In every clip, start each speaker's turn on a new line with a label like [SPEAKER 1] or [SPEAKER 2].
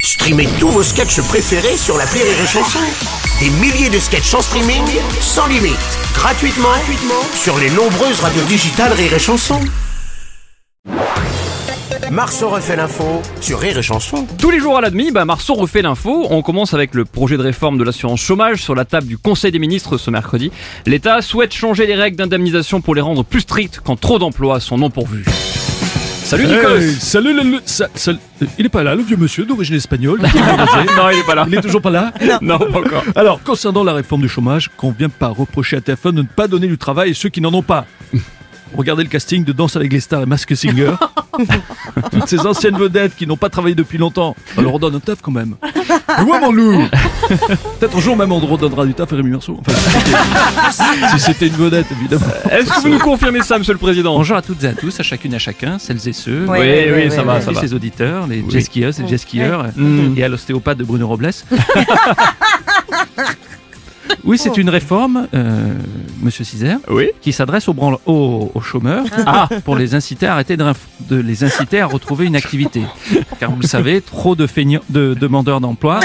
[SPEAKER 1] Streamez tous vos sketchs préférés sur la Rire et Chanson. Des milliers de sketchs en streaming, sans limite, gratuitement, gratuitement sur les nombreuses radios digitales Rire et Chanson. Marceau refait l'info sur Rire et Chanson.
[SPEAKER 2] Tous les jours à la demi, bah Marceau refait l'info. On commence avec le projet de réforme de l'assurance chômage sur la table du Conseil des ministres ce mercredi. L'État souhaite changer les règles d'indemnisation pour les rendre plus strictes quand trop d'emplois sont non pourvus. Salut Nicolas
[SPEAKER 3] Hey, salut le, le- sa- sal- euh, Il est pas là, le vieux monsieur d'origine espagnole.
[SPEAKER 2] Non, il est pas là.
[SPEAKER 3] il est toujours pas là.
[SPEAKER 2] Non, pas encore.
[SPEAKER 3] Alors, concernant la réforme du chômage, qu'on vient pas reprocher à TF1 de ne pas donner du travail à ceux qui n'en ont pas. Regardez le casting de Danse avec les stars et Mask Singer. Toutes ces anciennes vedettes qui n'ont pas travaillé depuis longtemps. On leur redonne un taf quand même. Mais ouais, mon loup Peut-être un jour même on redonnera du taf à Rémi Marceau. Enfin, si c'était- si c'était une vedette, évidemment.
[SPEAKER 2] Est-ce que vous nous confirmez ça, monsieur le président
[SPEAKER 4] Bonjour à toutes et à tous, à chacune et à chacun, celles et ceux.
[SPEAKER 2] Oui,
[SPEAKER 5] Ouais,
[SPEAKER 2] oui,
[SPEAKER 5] ouais,
[SPEAKER 2] ça
[SPEAKER 5] ouais,
[SPEAKER 2] va,
[SPEAKER 4] À
[SPEAKER 5] ouais.
[SPEAKER 2] ça
[SPEAKER 4] tous
[SPEAKER 2] va.
[SPEAKER 4] ces auditeurs, les jet skieurs, les jet skieurs,
[SPEAKER 2] Mm.
[SPEAKER 4] et à l'ostéopathe de Bruno Robles. oui,
[SPEAKER 2] Oh.
[SPEAKER 4] c'est une réforme, euh, Monsieur Cizère,
[SPEAKER 2] Oui.
[SPEAKER 4] qui s'adresse aux, branle- aux, aux chômeurs
[SPEAKER 2] Ah.
[SPEAKER 4] pour les inciter à arrêter de, rinf- de les inciter à retrouver une activité. Car vous le savez, trop de, feignants- de demandeurs d'emploi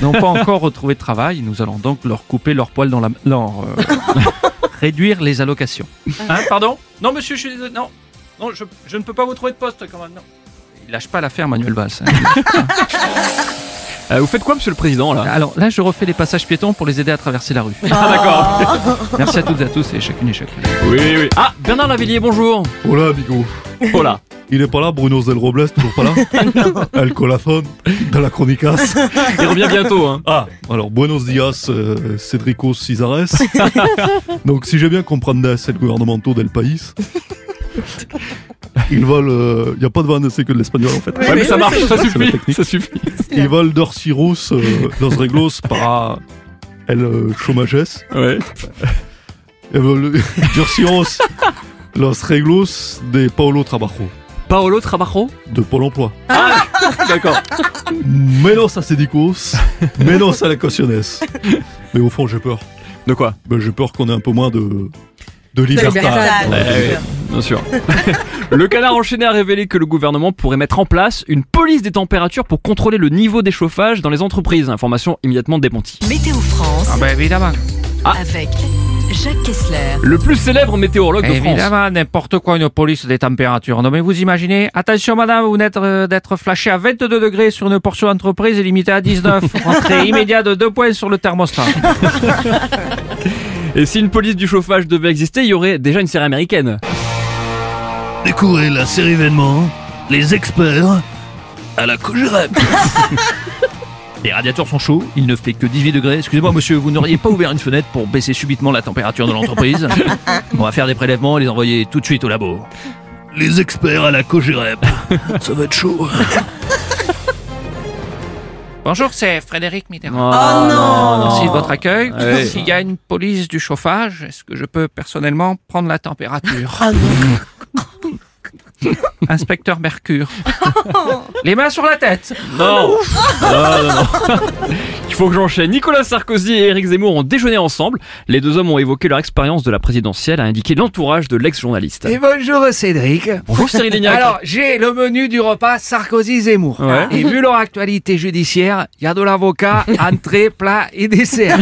[SPEAKER 4] n'ont pas encore retrouvé de travail. Nous allons donc leur couper leur poil dans la leur, euh, réduire les allocations. Hein, pardon Non, monsieur, je suis désolé. Non, non je, je ne peux pas vous trouver de poste quand même. Non. Il lâche pas l'affaire, Manuel Valls. hein.
[SPEAKER 2] Euh, vous faites quoi, monsieur le président, là
[SPEAKER 4] Alors là, je refais les passages piétons pour les aider à traverser la rue.
[SPEAKER 2] Ah, d'accord.
[SPEAKER 4] Merci à toutes et à tous et chacune et chacun.
[SPEAKER 2] Oui, oui. Ah, Bernard Lavillier, bonjour.
[SPEAKER 6] Oh là, Bigo.
[SPEAKER 2] Oh là.
[SPEAKER 6] Il est pas là, Bruno Zel Robles, toujours pas là. El Colafon, de la Chronicas.
[SPEAKER 2] Il revient bientôt, hein.
[SPEAKER 6] Ah, alors Buenos Dias, euh, Cédrico Cisares. Donc, si j'ai bien compris, c'est le gouvernemental del país. Ils veulent. Il n'y a pas de vanne, c'est que de l'espagnol en fait.
[SPEAKER 2] Ouais, mais ça marche, ça suffit. Ça suffit.
[SPEAKER 6] Ils veulent Dor Cirrus, euh, Los Reglos, para El euh, Chômages.
[SPEAKER 2] Ouais.
[SPEAKER 6] Ils veulent Dor Cirrus, Los Reglos de Paolo Trabajo,
[SPEAKER 2] Paolo Trabajo
[SPEAKER 6] de Pôle emploi.
[SPEAKER 2] D'accord.
[SPEAKER 6] Menos a Cédicos, menos a la cautionesse. Mais au fond, j'ai peur.
[SPEAKER 2] De quoi
[SPEAKER 6] Ben, j'ai peur qu'on ait un peu moins de, de liberté.
[SPEAKER 5] liberté.
[SPEAKER 6] Ouais.
[SPEAKER 2] Eh oui, bien sûr. le canard enchaîné a révélé que le gouvernement pourrait mettre en place une police des températures pour contrôler le niveau des chauffages dans les entreprises. Information immédiatement démentie.
[SPEAKER 7] Météo France
[SPEAKER 4] Ah bah évidemment,
[SPEAKER 7] avec Jacques Kessler.
[SPEAKER 2] Le plus célèbre météorologue de France.
[SPEAKER 4] évidemment, n'importe quoi, une police des températures. Non mais vous imaginez, attention madame, vous n'êtes euh, d'être flashé à 22 degrés sur une portion d'entreprise et limitée à 19. Rentrée immédiate de 2 points sur le thermostat.
[SPEAKER 2] Et si une police du chauffage devait exister, il y aurait déjà une série américaine.
[SPEAKER 8] Découvrez la série événement Les experts à la Cogerem.
[SPEAKER 3] Les radiateurs sont chauds, il ne fait que 18 degrés. Excusez-moi, monsieur, vous n'auriez pas ouvert une fenêtre pour baisser subitement la température de l'entreprise On va faire des prélèvements et les envoyer tout de suite au labo.
[SPEAKER 8] Les experts à la Cogerem. Ça va être chaud.
[SPEAKER 4] Bonjour, c'est Frédéric
[SPEAKER 9] Oh
[SPEAKER 4] Mitterrand.
[SPEAKER 2] Ah, non,
[SPEAKER 4] Merci de votre accueil.
[SPEAKER 2] Ouais.
[SPEAKER 4] S'il y a une police du chauffage, est-ce que je peux personnellement prendre la température Inspecteur Mercure. Les mains sur la tête.
[SPEAKER 9] Ah,
[SPEAKER 2] Non. Non, non, non. Il faut que j'enchaîne. Nicolas Sarkozy et Éric Zemmour ont déjeuné ensemble. Les deux hommes ont évoqué leur expérience de la présidentielle, a indiqué l'entourage de l'ex-journaliste.
[SPEAKER 9] Et bonjour Cédric.
[SPEAKER 2] Bonjour Cyril Lignac.
[SPEAKER 9] Alors, j'ai le menu du repas Sarkozy-Zemmour.
[SPEAKER 2] Ouais.
[SPEAKER 9] Et vu leur actualité judiciaire, il y a de l'avocat, entrée, plat et dessert.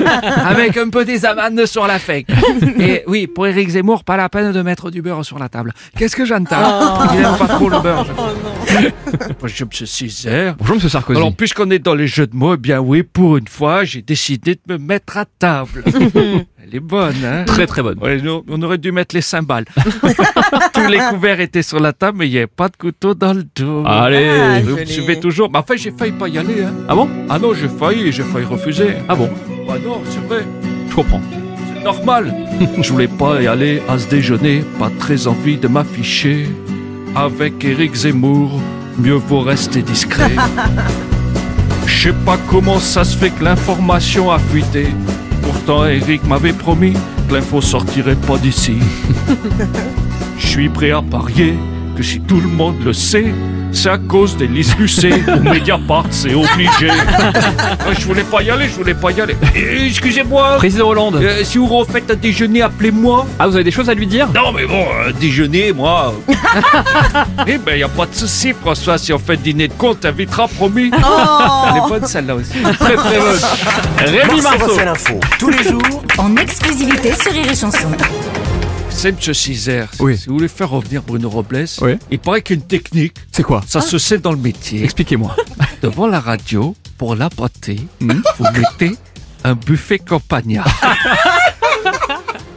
[SPEAKER 9] avec un peu des amandes sur la fête. Et oui, pour Éric Zemmour, pas la peine de mettre du beurre sur la table. Qu'est-ce que j'entends Il n'aime pas trop le beurre. je crois. Bonjour, monsieur Césaire.
[SPEAKER 2] Bonjour Monsieur Sarkozy.
[SPEAKER 9] Alors, puisqu'on est dans les jeux de mots, eh bien oui, pour une fois, j'ai décidé de me mettre à table. Elle est bonne, hein
[SPEAKER 2] très très bonne.
[SPEAKER 9] Ouais, nous, on aurait dû mettre les cymbales. Tous les couverts étaient sur la table, mais il n'y avait pas de couteau dans le dos.
[SPEAKER 2] Allez.
[SPEAKER 9] Vous me suivez toujours. Mais enfin, j'ai failli pas y aller. Hein.
[SPEAKER 2] Ah bon
[SPEAKER 9] Ah non, j'ai failli, j'ai failli refuser.
[SPEAKER 2] Ah bon
[SPEAKER 9] Bah non, c'est vrai,
[SPEAKER 2] Je comprends.
[SPEAKER 9] c'est normal. Je voulais pas y aller à ce déjeuner, pas très envie de m'afficher. Avec Eric Zemmour, mieux vaut rester discret. Je sais pas comment ça se fait que l'information a fuité. Pourtant, Eric m'avait promis que l'info sortirait pas d'ici. Je suis prêt à parier que si tout le monde le sait, c'est à cause des listes UC ou Mediapart, c'est obligé. Ah, je voulais pas y aller, je voulais pas y aller. Eh, Excusez-moi,
[SPEAKER 2] Président Hollande.
[SPEAKER 9] euh, si vous refaites un déjeuner, appelez-moi.
[SPEAKER 2] Ah, vous avez des choses à lui dire
[SPEAKER 9] Non, mais bon, euh, déjeuner, moi. euh. eh ben, y a pas de souci, François. Si on fait dîner de compte, t'inviteras, promis. Elle est bonne, celle-là aussi.
[SPEAKER 2] Très très bonne. Rémi
[SPEAKER 1] Marceau
[SPEAKER 2] Marceau.
[SPEAKER 1] refait l'info. Tous les jours,
[SPEAKER 7] En exclusivité sur Rire et Chanson.
[SPEAKER 9] C'est Monsieur Césaire.
[SPEAKER 2] Oui.
[SPEAKER 9] Si vous voulez faire revenir Bruno Robles,
[SPEAKER 2] Oui.
[SPEAKER 9] il paraît qu'il y a une technique.
[SPEAKER 2] C'est quoi
[SPEAKER 9] Ça se sait dans le métier.
[SPEAKER 2] Expliquez-moi. Hmm.
[SPEAKER 9] Devant la radio, pour la pâter, vous mettez un buffet campagnard.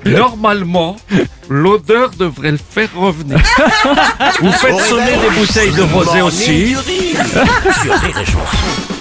[SPEAKER 9] Normalement, l'odeur devrait le faire revenir. Vous faites sonner des bouteilles de rosé aussi.
[SPEAKER 1] Sur Rire et Chanson.